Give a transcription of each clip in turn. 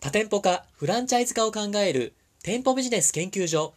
多店舗化、フランチャイズ化を考える店舗ビジネス研究所。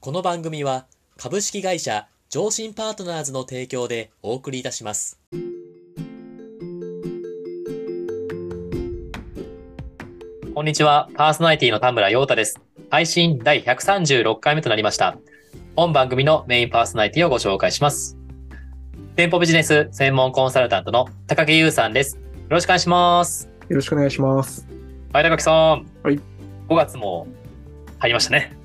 この番組は株式会社上信パートナーズの提供でお送りいたします。こんにちは。パーソナリティの田村陽太です。配信第136回目となりました。本番組のメインパーソナリティをご紹介します。店舗ビジネス専門コンサルタントの高木優さんです。よろしくお願いします。よろしくお願いします。 はい、高木さん。はい5月も入りましたね。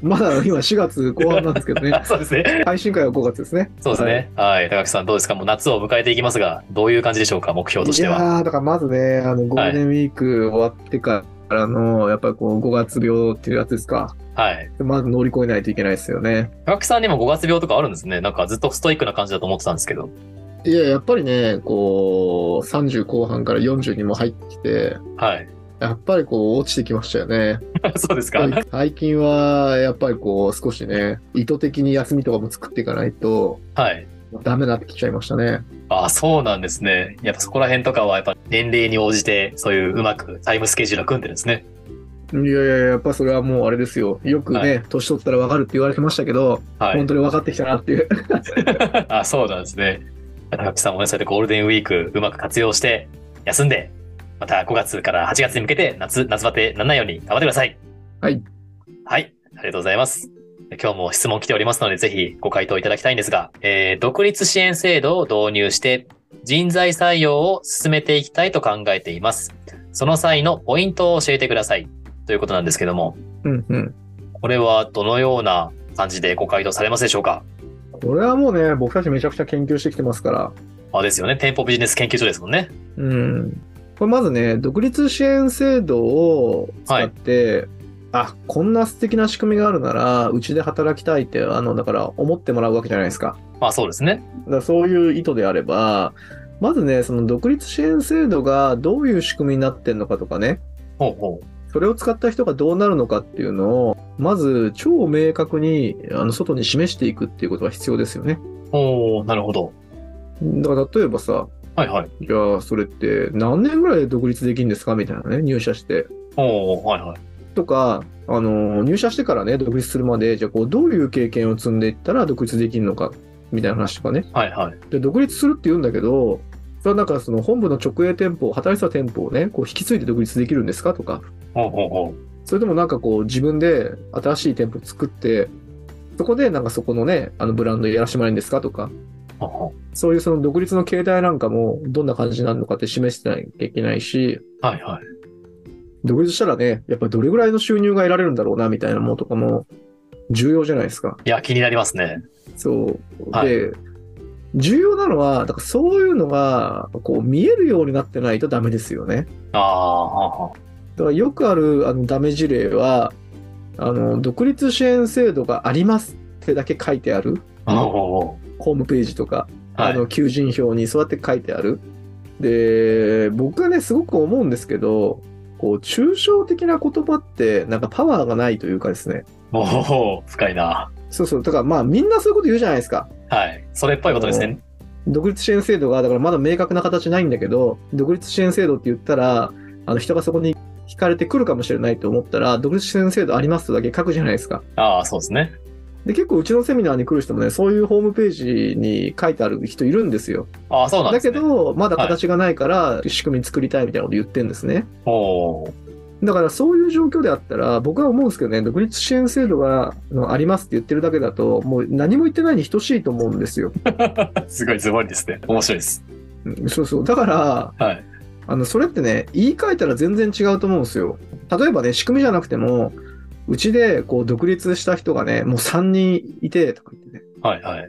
まだ今4月後半なんですけど ね。 そうですね。配信会は5月ですね。そうですね。はい、高木さんどうですかもう夏を迎えていきますが、どういう感じでしょうか目標といしては。やーだからまずね、あのゴールデンウィーク終わってからの、やっぱりこう5月病っていうやつですか。はい。まず乗り越えないといけないですよね。高木さんにも5月病とかあるんですね。なんかずっとストイックな感じだと思ってたんですけど。いや、やっぱりね、こう、30後半から40にも入ってきて、はい。 やっぱりこう落ちてきましたよね。そうですか。最近はやっぱりこう少しね、意図的に休みとかも作っていかないとはい。ダメになってきちゃいましたね。ああ、そうなんですね。やっぱそこら辺とかはやっぱ年齢に応じて、そういううまくタイムスケジュールを組んでるんですね。いやいやいや、やっぱそれはもうあれですよ。よくね、はい年取ったら分かるって言われてましたけど、はい本。当に分かってきたなっていう。あ、そうなんですね。高木さんもね、そうやってゴールデンウィークうまく活用して、休んで、また5月から8月に向けて夏、夏バテにならないように頑張ってください。はい。はい。ありがとうございます。今日も質問来ておりますので、ぜひご回答いただきたいんですが、えー独立支援制度を導入して、人材採用を進めていきたいと考えています。その際のポイントを教えてください。ということなんですけども、うんうん。これはどのような感じでご回答されますでしょうかこれはもうね、僕たちめちゃくちゃ研究してきてますから。あ、ですよね。店舗ビジネス研究所ですもんね。うん。これまずね、独立支援制度を使って、あ、こんな素敵な仕組みがあるなら、うちで働きたいって、あの、だから思ってもらうわけじゃないですか。まあそうですね。だからそういう意図であれば、まずね、その独立支援制度がどういう仕組みになってんのかとかね、ほうほう。それを使った人がどうなるのかっていうのを、まず超明確にあの外に示していくっていうことが必要ですよね。おおなるほど。だから例えばさ、はいはい。いや、それって何年ぐらいで独立できるんですかみたいなね、入社して。おおはいはい。とか、あの、入社してからね、独立するまで、じゃあこう、どういう経験を積んでいったら独立できるのか、みたいな話とかね。はいはい。で、独立するって言うんだけど、それはなんかその本部の直営店舗、働いてた店舗をね、こう引き継いで独立できるんですかとか、ほうほうほそれともなんかこう自分で新しい店舗作って、そこでなんかそこのね、あのブランドやらしてもらえるんですかとか、う。ほうほそういうその独立の形態なんかもどんな感じになるのかって示してないといけないし、うはいはい。独立したらね、やっぱりどれぐらいの収入が得られるんだろうなみたいなものとかも重要じゃないですか。いや、気になりますね。そう。はいで、重要なのは、だからそういうのがこう見えるようになってないとダメですよね。ああ、はだからよくあるあのダメ事例はあの独立支援制度がありますってだけ書いてあるあはあ。ほうほうほホームページとか、う。はあい。の求人票にそうやって書いてあるで僕はねすごく思うんですけどこう抽象的な言葉ってなんかパワーがないというかですねおお深いな。そうそうだからまあみんなそういうこと言うじゃないですかはい。それっぽいことですね。独立支援制度がだからまだ明確な形ないんだけど独立支援制度って言ったらあの人がそこに惹かれてくるかもしれないと思ったら独立支援制度ありますとだけ書くじゃないですかああ、そうですね。で、結構うちのセミナーに来る人もね、そういうホームページに書いてある人いるんですよ。ああ、そうなんでだすけね。ど、まだ形がないから、仕組み作りたいみたいなこと言ってんですね。おおだからそういう状況であったら、僕は思うんですけどね、独立支援制度があのありますって言ってるだけだと、もう何も言ってないに等しいと思うんですよ。ー すごいズバリですね。面白いです。うんそうそう。だから、はい。あの、それってね、言い換えたら全然違うと思うんですよ。例えばね、仕組みじゃなくても、うちでこう独立した人がね、もう3人いて、とか言ってね、はいはい。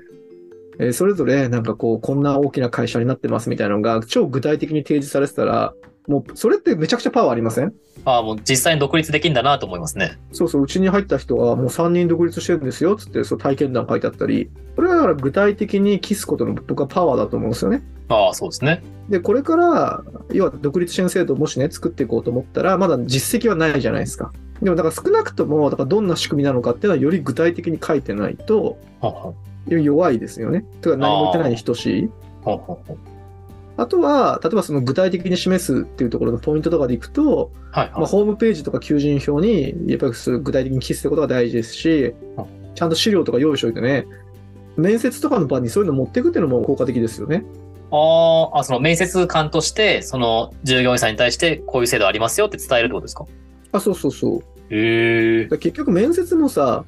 えーそれぞれなんかこうこんな大きな会社になってますみたいなのが超具体的に提示されてたらもうそれってめちゃくちゃパワーありませんああ、もう実際に独立できんだなと思いますね。そうそううちに入った人がもう3人独立してるんですよっつってそう体験談書いてあったりこれはだから具体的にキスことの僕はパワーだと思うんですよねああ、そうですね。でこれから要は独立支援制度をもしね作っていこうと思ったらまだ実績はないじゃないですかでもだから少なくともだからどんな仕組みなのかっていうのはより具体的に書いてないとほうほう弱いですよねとか何も言ってないに等しいほうほうほうあとは、例えばその具体的に示すっていうところのポイントとかでいくと、はい、まあ、はい。ホームページとか求人票に、やっぱりそういう具体的に記すことが大事ですしうん、ちゃんと資料とか用意しておいてね、面接とかの場にそういうの持っていくっていうのも効果的ですよね。あーあ、その面接官として、その従業員さんに対して、こういう制度ありますよって伝えるってことですかあ、そうそうそう。へえだ。から結局面接もさ、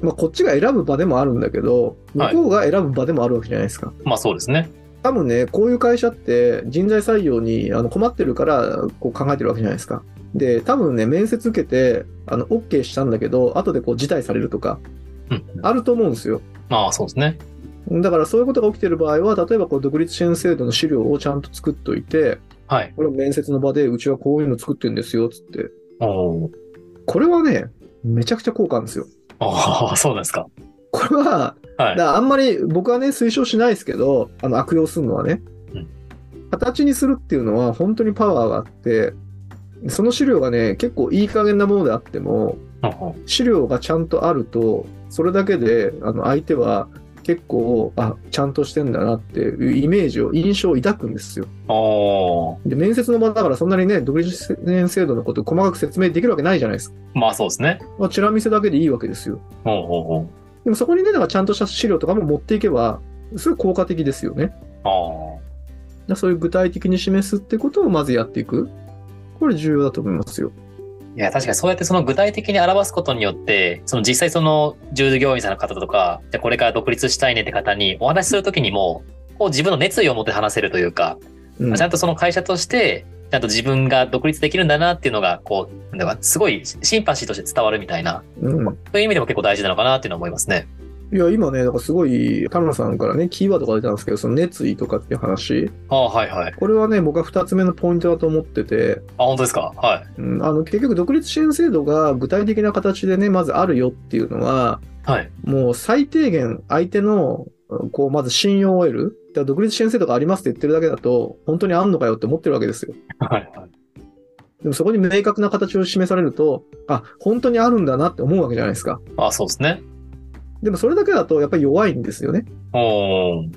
まあ、こっちが選ぶ場でもあるんだけど、向はいこうが選ぶ場でもあるわけじゃないですか。まあそうですね。多分ね、こういう会社って人材採用にあの困ってるからこう考えてるわけじゃないですか。で、多分ね、面接受けて、あの、OK したんだけど、後でこう辞退されるとか、うん。あると思うんですよ。まあそうですね。だからそういうことが起きてる場合は、例えばこう独立支援制度の資料をちゃんと作っといて、はい。これを面接の場で、うちはこういうの作ってるんですよ、つって。おーこれはね、めちゃくちゃ効果あるんですよ。ああ、 そうなんですか。これは、はい。だからあんまり僕はね、推奨しないですけど、あの悪用するのはねうん、形にするっていうのは本当にパワーがあって、その資料がね、結構いい加減なものであっても、うんうん資料がちゃんとあると、それだけであの相手は結構、あちゃんとしてんだなっていうイメージを、印象を抱くんですよ。おーで、面接の場だから、そんなにね、独立支援制度のことを細かく説明できるわけないじゃないですか。まあそうですね。まあ、チラ見せだけでいいわけですよ。おうおうでもそこにね、だからちゃんとした資料とかも持っていけば、すごい効果的ですよね。おうだからそういう具体的に示すってことをまずやっていく。これ重要だと思いますよ。ああ。いや、確かにそうやってその具体的に表すことによって、その実際その従業員さんの方とか、じゃあこれから独立したいねって方にお話しするときにも、こう自分の熱意を持って話せるというか、うんちゃんとその会社として、ちゃんと自分が独立できるんだなっていうのが、こう、なんだかすごいシンパシーとして伝わるみたいな、うんそういう意味でも結構大事なのかなっていうのは思いますね。いや、今ね、だからすごい、田村さんからね、キーワードが出たんですけど、その熱意とかっていう話、ああ、はいはい。これはね、僕は2つ目のポイントだと思ってて、あ、本当ですか。はい。うん、あの結局、独立支援制度が具体的な形でね、まずあるよっていうのは、はい。もう最低限、相手の、こう、まず信用を得る。だから独立支援制度がありますって言ってるだけだと、本当にあんのかよって思ってるわけですよ。はいはい。でもそこに明確な形を示されると、あ、本当にあるんだなって思うわけじゃないですか。あそうですね。でもそれだけだとやっぱり弱いんですよね。おー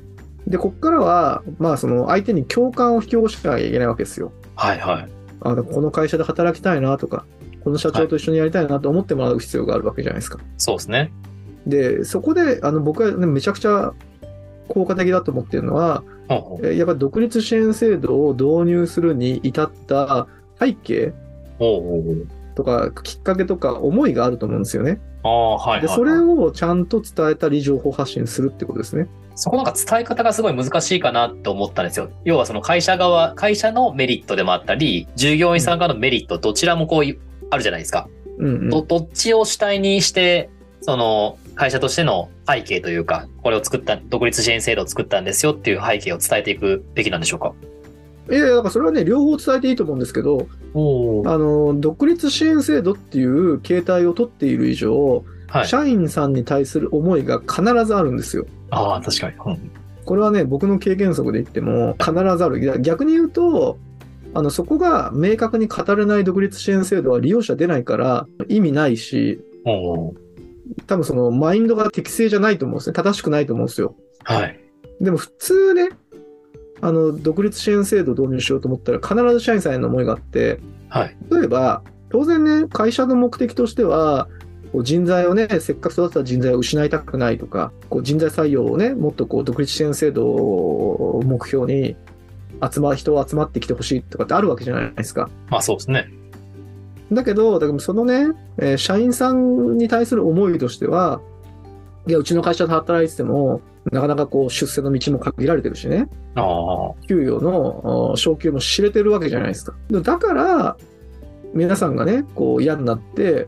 で、こっからは、まあその相手に共感を引き起こしなきゃいけないわけですよ。はいはい。あこの会社で働きたいなとか、この社長と一緒にやりたいなと思ってもらう必要があるわけじゃないですか。そうですね。で、そこで、あの、僕は、ね、めちゃくちゃ効果的だと思ってるのは、ほうほうえやっぱり独立支援制度を導入するに至った背景ほうほうほうとか、きっかけとか思いがあると思うんですよね。ああ、はいはい、ではい。それをちゃんと伝えたり情報発信するってことですね。そこなんか伝え方がすごい難しいかなと思ったんですよ。要はその会社側、会社のメリットでもあったり、従業員さん側のメリット、どちらもこういう、あるじゃないですか。うんうどん、どっちを主体にして、その会社としての背景というか、これを作った、独立支援制度を作ったんですよっていう背景を伝えていくべきなんでしょうか。いやいやだからそれはね両方伝えていいと思うんですけどおあの独立支援制度っていう形態を取っている以上、はい。社員さんに対する思いが必ずあるんですよ。ああ、確かに。うんこれはね僕の経験則で言っても必ずあるいや逆に言うとあのそこが明確に語れない独立支援制度は利用者出ないから意味ないしおー多分そのマインドが適正じゃないと思うんですね正しくないと思うんですよ。はい。でも普通ね、あの、独立支援制度を導入しようと思ったら、必ず社員さんへの思いがあって、はい。例えば、当然ね、会社の目的としては、こう人材をね、せっかく育てた人材を失いたくないとか、こう人材採用をね、もっとこう独立支援制度を目標に集ま、人を集まってきてほしいとかってあるわけじゃないですか。まあそうですね。だけど、だからそのね、えー社員さんに対する思いとしては、いや、うちの会社で働いてても、なかなかこう出世の道も限られてるしね、ああ。は給与のあー昇給も知れてるわけじゃないですか。でだから、皆さんがね、こう嫌になって、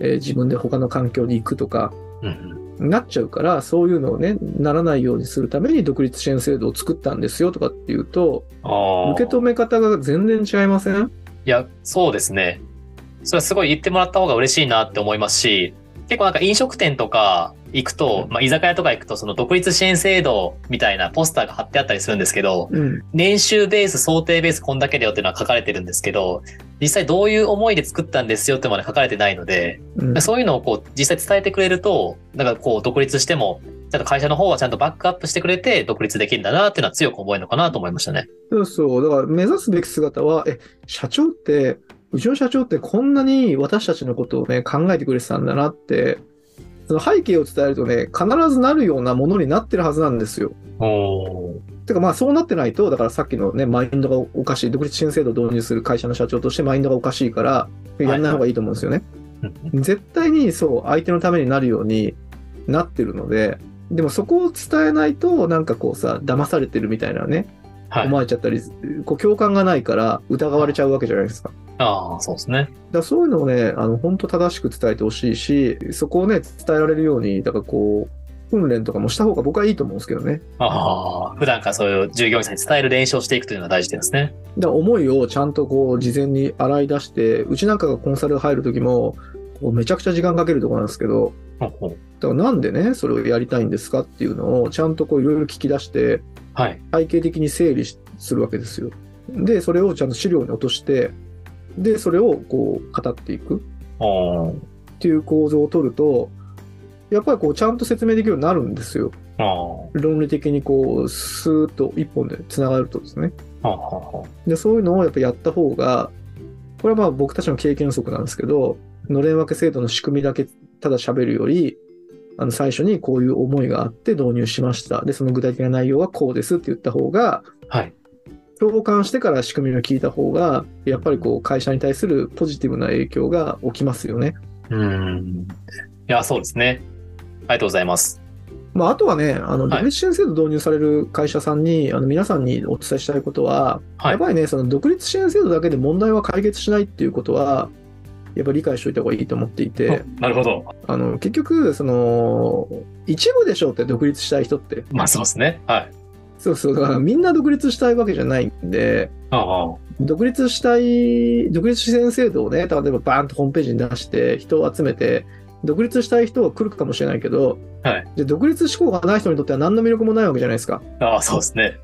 えー自分で他の環境に行くとか、いうんなっちゃうから、そういうのをね、ならないようにするために独立支援制度を作ったんですよとかっていうと、ああ。受け止め方が全然違いませんいや、そうですね。それはすごい言ってもらった方が嬉しいなって思いますし、結構なんか飲食店とか行くと、まあ居酒屋とか行くと、その独立支援制度みたいなポスターが貼ってあったりするんですけど、うん。年収ベース、想定ベースこんだけだよっていうのは書かれてるんですけど、実際どういう思いで作ったんですよってまで書かれてないので、うんそういうのをこう実際伝えてくれると、なんかこう独立しても、ちゃんと会社の方はちゃんとバックアップしてくれて、独立できるんだなっていうのは強く思えるのかなと思いましたね。そうそう。だから目指すべき姿は、え、社長って、うちの社長ってこんなに私たちのことをね、考えてくれてたんだなって、その背景を伝えるとね、必ずなるようなものになってるはずなんですよ。おーてかまあそうなってないと、だからさっきのね、マインドがおかしい、独立支援制度を導入する会社の社長としてマインドがおかしいから、いやんない方がいいと思うんですよね。うん絶対にそう、相手のためになるようになってるので、でもそこを伝えないと、なんかこうさ、騙されてるみたいなね、はい思。われちゃったり、こう共感がないから疑われちゃうわけじゃないですか。ああ、そうですね。だからそういうのをね、あの本当正しく伝えてほしいし、そこをね、伝えられるように、だからこう、訓練とかもした方が僕はいいと思うんですけどね。ああ、普段からそういう従業員さんに伝える練習をしていくというのは大事ですね。だから思いをちゃんとこう事前に洗い出してうちなんかがコンサル入る時もこうめちゃくちゃ時間かけるところなんですけどほうほうだからなんでねそれをやりたいんですかっていうのをちゃんとこういろいろ聞き出してはい。体系的に整理しするわけですよでそれをちゃんと資料に落としてでそれをこう語っていくおーっていう構造を取るとやっぱりこうちゃんと説明できるようになるんですよあーほ論理的にこうスーッと一本でつながるとですねうほうほでそういうのをやっぱやった方が、これはまあ僕たちの経験則なんですけど、のれん分け制度の仕組みだけただ喋るより、あの最初にこういう思いがあって導入しました。で、その具体的な内容はこうですって言った方が、うはい。共感してから仕組みを聞いた方が、やっぱりこう会社に対するポジティブな影響が起きますよね。うーん。いや、そうですね。ありがとうございます。まあ、あとはね、あはのい独立支援制度導入される会社さんに、あの皆さんにお伝えしたいことは、はやっい。ぱりね、その独立支援制度だけで問題は解決しないっていうことは、やっぱり理解しておいた方がいいと思っていて、なるほど。あの結局、その一部でしょうって、独立したい人って、まあ、そうですね。はい。そうそう、だからみんな独立したいわけじゃないんで、ああ、は独立したい、独立支援制度をね、例えばバーンとホームページに出して、人を集めて、独立したい人は来るかもしれないけど、はいで独立志向がない人にとっては何の魅力もないわけじゃないですか。だかああ、そうですね。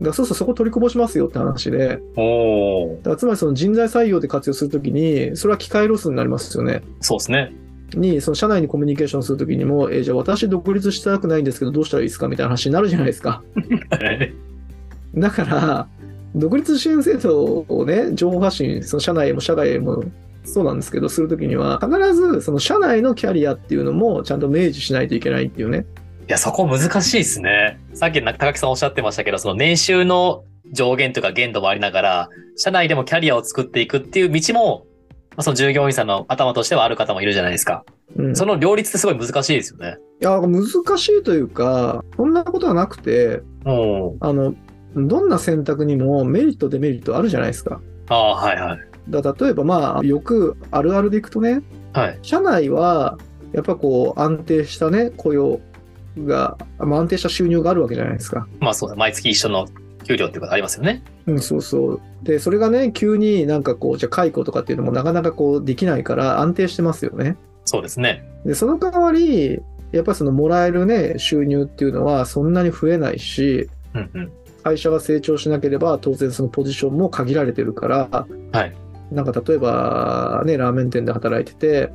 らそうするとそこ取りこぼしますよって話で、おおだ、からつまりその人材採用で活用するときに、それは機械ロスになりますよね。そうですね。に、その社内にコミュニケーションするときにも、えーじゃあ私独立したくないんですけど、どうしたらいいですかみたいな話になるじゃないですか。だから、独立支援制度をね、情報発信、その社内も社外へもそうなんですけど、するときには、必ずその社内のキャリアっていうのもちゃんと明示しないといけないっていうね。いや、そこ難しいですね。さっき中木さんおっしゃってましたけど、その年収の上限というか限度もありながら、社内でもキャリアを作っていくっていう道も、まあ、その従業員さんの頭としてはある方もいるじゃないですか。うん、その両立ってすごい難しいですよね。いや難しいというか、そんなことはなくて、おお。あの、どんな選択にもメリット、デメリットあるじゃないですか。ああ、はいはい。だ例えばまあよくあるあるでいくとねはい。社内はやっぱこう安定したね雇用が、まあ、安定した収入があるわけじゃないですか。まあそうです。毎月一緒の給料っていうことありますよね。うん、そうそうでそれがね急になんかこうじゃあ解雇とかっていうのもなかなかこうできないから安定してますよね。そうですね。でその代わりやっぱそのもらえるね収入っていうのはそんなに増えないしうんうん。会社が成長しなければ当然そのポジションも限られてるから、はいなんか例えば、ね、ラーメン店で働いてて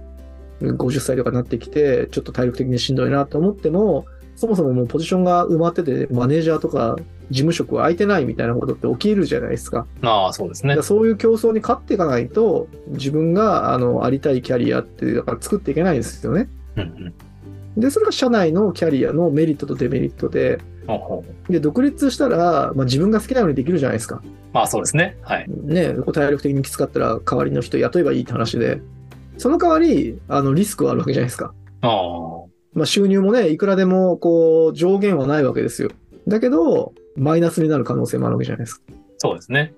50歳とかになってきてちょっと体力的にしんどいなと思ってもそもそももうポジションが埋まっててマネージャーとか事務職は空いてないみたいなことって起きるじゃないですかああ、そうですねだから。そういう競争に勝っていかないと自分があのありたいキャリアってだから作っていけないですよねうんうん。でそれが社内のキャリアのメリットとデメリットでほうほうで独立したら、まあ、自分が好きなようにできるじゃないですかまあそうですね。はい。ね、こう体力的にきつかったら代わりの人雇えばいいって話で、その代わり、あのリスクはあるわけじゃないですか。ああ。まあ、収入もね、いくらでもこう上限はないわけですよ。だけど、マイナスになる可能性もあるわけじゃないですか。そうですね。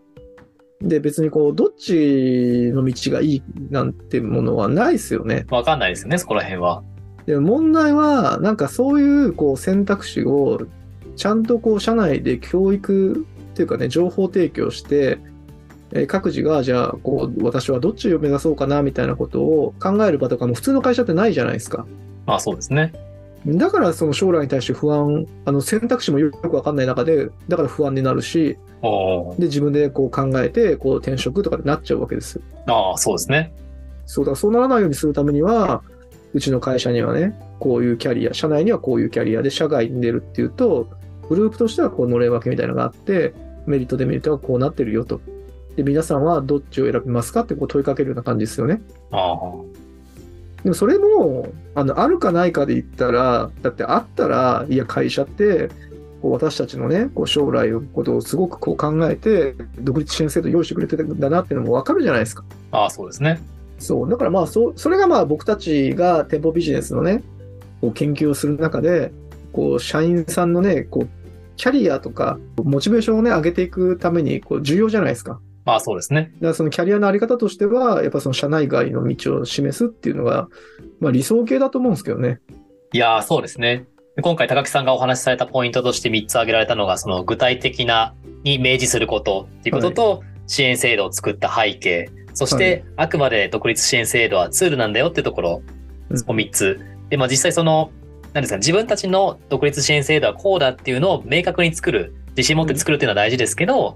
で、別にこう、どっちの道がいいなんてものはないですよね。わかんないですよね、そこら辺は。で問題は、なんかそういうこう選択肢を、ちゃんとこう社内で教育っていうかね、情報提供して、えー各自が、じゃあこう、私はどっちを目指そうかなみたいなことを考える場とかも普通の会社ってないじゃないですか。まあそうですね。だからその将来に対して不安、あの選択肢もよくわかんない中で、だから不安になるし、おお。で、自分でこう考えて、こう転職とかになっちゃうわけですよああ、そうですね。そうだ、そうならないようにするためには、うちの会社にはね、こういうキャリア、社内にはこういうキャリアで、社外に出るっていうと、グループとしてはこう、のれん分けみたいなのがあって、メリット、デメリットがこうなってるよと。で、皆さんはどっちを選びますかってこう問いかけるような感じですよね。ああ。でもそれも、あの、あるかないかで言ったら、だってあったら、いや、会社って、こう私たちのね、こう将来のことをすごくこう考えて、独立支援制度を用意してくれてるんだなっていうのも分かるじゃないですか。ああ、そうですね。そう、だからまあそう、それがまあ僕たちが店舗ビジネスのね、こう研究をする中で、こう、社員さんのね、こう、キャリアとか、モチベーションをね、上げていくために、こう、重要じゃないですか。まあそうですねだ。からそのキャリアのあり方としては、やっぱその社内外の道を示すっていうのが、まあ理想形だと思うんですけどね。いやー、そうですね。で今回、高木さんがお話しされたポイントとして3つ挙げられたのが、その具体的なに明示することっていうことと、支援制度を作った背景、そして、あくまで独立支援制度はツールなんだよってところ、うんそこ3つ。で、まあ実際その、何ですか、自分たちの独立支援制度はこうだっていうのを明確に作る、自信持って作るっていうのは大事ですけど、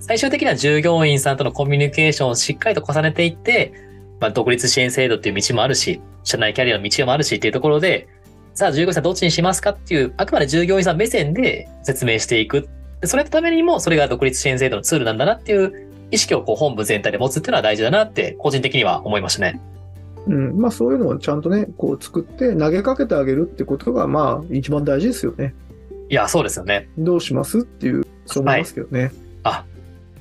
最終的には従業員さんとのコミュニケーションをしっかりと重ねていって、まあ、独立支援制度っていう道もあるし、社内キャリアの道もあるしっていうところで、さあ従業員さんどっちにしますかっていう、あくまで従業員さん目線で説明していく。でそれのためにも、それが独立支援制度のツールなんだなっていう意識をこう本部全体で持つっていうのは大事だなって、個人的には思いましたね。うん。まあそういうのをちゃんとね、こう作って投げかけてあげるってことが、まあ一番大事ですよね。いや、そうですよね。どうしますっていう、そう思いますけどね。あ、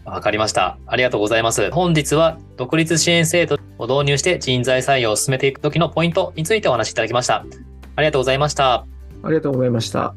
わかりました。ありがとうございます。本日は独立支援制度を導入して人材採用を進めていく時のポイントについてお話しいただきました。ありがとうございました。ありがとうございました。